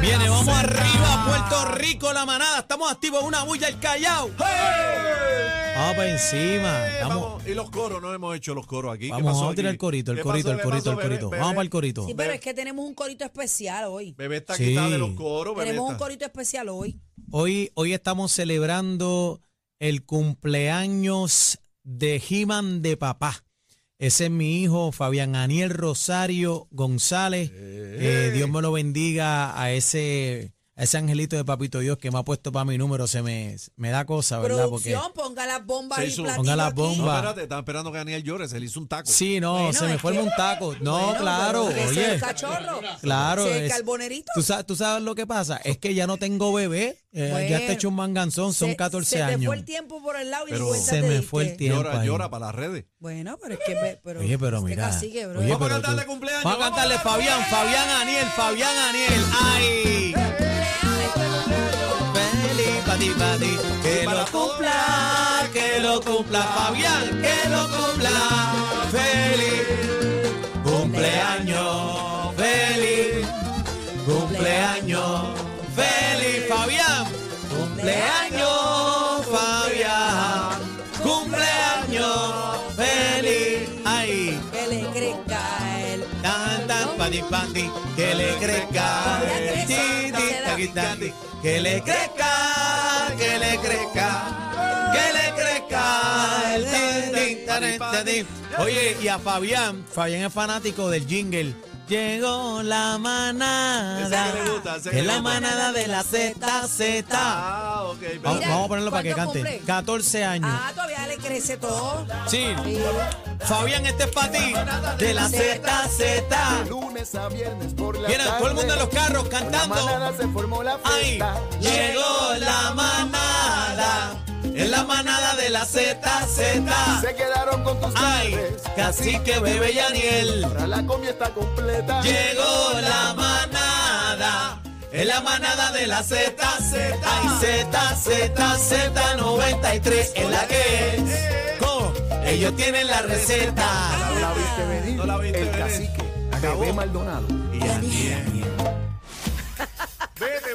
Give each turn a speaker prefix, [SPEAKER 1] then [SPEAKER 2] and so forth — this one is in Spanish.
[SPEAKER 1] Viene, vamos arriba, Puerto Rico, la manada. Estamos activos en una bulla, el Callao. Vamos para Ah, pues encima. Estamos,
[SPEAKER 2] Eh, Vamos, y los coros, no hemos hecho los coros aquí. ¿Qué
[SPEAKER 1] vamos,
[SPEAKER 2] pasó
[SPEAKER 1] vamos a tirar
[SPEAKER 2] aquí?
[SPEAKER 1] el corito, el
[SPEAKER 2] ¿Qué
[SPEAKER 1] corito,
[SPEAKER 2] pasó?
[SPEAKER 1] el
[SPEAKER 2] ¿Qué
[SPEAKER 1] corito, el
[SPEAKER 2] pasó, bebé?
[SPEAKER 1] corito.
[SPEAKER 2] Bebé-
[SPEAKER 1] Vamos para el corito.
[SPEAKER 3] Sí, pero es que tenemos un corito especial hoy.
[SPEAKER 2] Bebé está
[SPEAKER 1] Sí.
[SPEAKER 2] quitada de los coros, bebé.
[SPEAKER 3] Tenemos un
[SPEAKER 2] está-
[SPEAKER 3] corito especial hoy.
[SPEAKER 1] Hoy, hoy estamos celebrando el cumpleaños de He-Man de papá. Ese es mi hijo, Fabián Aniel Rosario González. Eh, Dios me lo bendiga a ese, a ese angelito de Papito Dios que me ha puesto para mi número. Se me, me da cosa, ¿verdad? Porque,
[SPEAKER 3] Producción, ponga las bombas
[SPEAKER 2] Se
[SPEAKER 3] y
[SPEAKER 2] hizo-
[SPEAKER 3] platillos
[SPEAKER 1] Ponga las
[SPEAKER 3] aquí.
[SPEAKER 1] bombas.
[SPEAKER 2] No, espérate, estaba esperando que Daniel llore, se le hizo un taco.
[SPEAKER 1] sí, no,
[SPEAKER 3] Bueno,
[SPEAKER 1] se me
[SPEAKER 3] es
[SPEAKER 1] forma
[SPEAKER 3] que-
[SPEAKER 1] un taco. No,
[SPEAKER 3] Bueno,
[SPEAKER 1] claro,
[SPEAKER 3] pero ese es
[SPEAKER 1] oye.
[SPEAKER 3] el cachorro.
[SPEAKER 1] Claro.
[SPEAKER 3] Ese es el
[SPEAKER 1] es-
[SPEAKER 3] carbonerito.
[SPEAKER 1] ¿tú, sabes, tú sabes lo que pasa? Es que ya no tengo bebé. eh, ya
[SPEAKER 3] Bueno.
[SPEAKER 1] está hecho un manganzón, son
[SPEAKER 3] Se-
[SPEAKER 1] 14
[SPEAKER 3] Se te
[SPEAKER 1] años.
[SPEAKER 3] fue el tiempo por el lado y ni
[SPEAKER 2] Pero-
[SPEAKER 3] cuenta
[SPEAKER 1] Se
[SPEAKER 3] te
[SPEAKER 1] me
[SPEAKER 3] diste.
[SPEAKER 1] fue el tiempo.
[SPEAKER 2] Llora,
[SPEAKER 1] ahí.
[SPEAKER 2] llora para las redes.
[SPEAKER 3] Bueno, pero es que... ve- Pero,
[SPEAKER 1] Oye, pero
[SPEAKER 3] este
[SPEAKER 1] mira.
[SPEAKER 3] cacique, bro.
[SPEAKER 1] oye,
[SPEAKER 2] Vamos a
[SPEAKER 1] pero
[SPEAKER 2] cantarle cumpleaños,
[SPEAKER 1] Vamos a
[SPEAKER 2] vamos a
[SPEAKER 1] cantarle
[SPEAKER 2] cantarle
[SPEAKER 1] Fabián, Fabián Aniel, Fabián Aniel. ¡Ay! Feliz para ti, pa' ti. Que
[SPEAKER 2] para
[SPEAKER 1] lo
[SPEAKER 2] todos.
[SPEAKER 1] cumpla, que lo cumpla, Fabián, que lo cumpla. Feliz cumpleaños, feliz cumpleaños, feliz Fabián. Cumpleaños, Fabián. Cumpleaños, feliz. ¡Ay!
[SPEAKER 3] Que le crezca el...
[SPEAKER 1] Tan, tan, pati, pati, que le crezca.
[SPEAKER 3] Ya crece,
[SPEAKER 1] Ti, ti,
[SPEAKER 3] se da.
[SPEAKER 1] taqui, taqui, que le crezca, que le crezca, que le crezca. el tin, tin, tarin, tarin. Oye, y a Fabián, Fabián es fanático del jingle. Llegó la manada,
[SPEAKER 2] Ese que le gusta, ese
[SPEAKER 1] que
[SPEAKER 2] que
[SPEAKER 1] es
[SPEAKER 2] le
[SPEAKER 1] la
[SPEAKER 2] gusta.
[SPEAKER 1] manada de la Z, Z.
[SPEAKER 2] Ah, ok, bebé.
[SPEAKER 1] Vamos,
[SPEAKER 3] Mira,
[SPEAKER 1] vamos a ponerlo para que
[SPEAKER 3] ¿cuánto
[SPEAKER 1] cante.
[SPEAKER 3] cumple?
[SPEAKER 1] 14 años.
[SPEAKER 3] Ah, todavía le crece todo.
[SPEAKER 1] Sí,
[SPEAKER 3] Sí.
[SPEAKER 1] Fabián, este es para ti, de la Z, Z.
[SPEAKER 4] lunes a viernes por la
[SPEAKER 1] Mira,
[SPEAKER 4] tarde.
[SPEAKER 1] todo el mundo en los carros
[SPEAKER 4] Con la
[SPEAKER 1] cantando.
[SPEAKER 4] manada se formó la
[SPEAKER 1] ¡Ay!
[SPEAKER 4] fiesta.
[SPEAKER 1] Llegó la manada, es la manada de la ZZ.
[SPEAKER 4] Se quedaron con tus
[SPEAKER 1] ¡Ay!
[SPEAKER 4] padres.
[SPEAKER 1] Cacique, bebé y Aniel.
[SPEAKER 4] Ahora la comida está completa.
[SPEAKER 1] Llegó la manada, es la manada de la ZZ. ¡Ay! ZZZ 93 es la que es. ¿Cómo? Ellos tienen la receta.
[SPEAKER 4] No la viste venir.
[SPEAKER 2] No la viste
[SPEAKER 4] el
[SPEAKER 2] venir.
[SPEAKER 4] cacique.
[SPEAKER 2] Acabó.
[SPEAKER 4] Bebé Maldonado.
[SPEAKER 2] Y Daniel. Vete,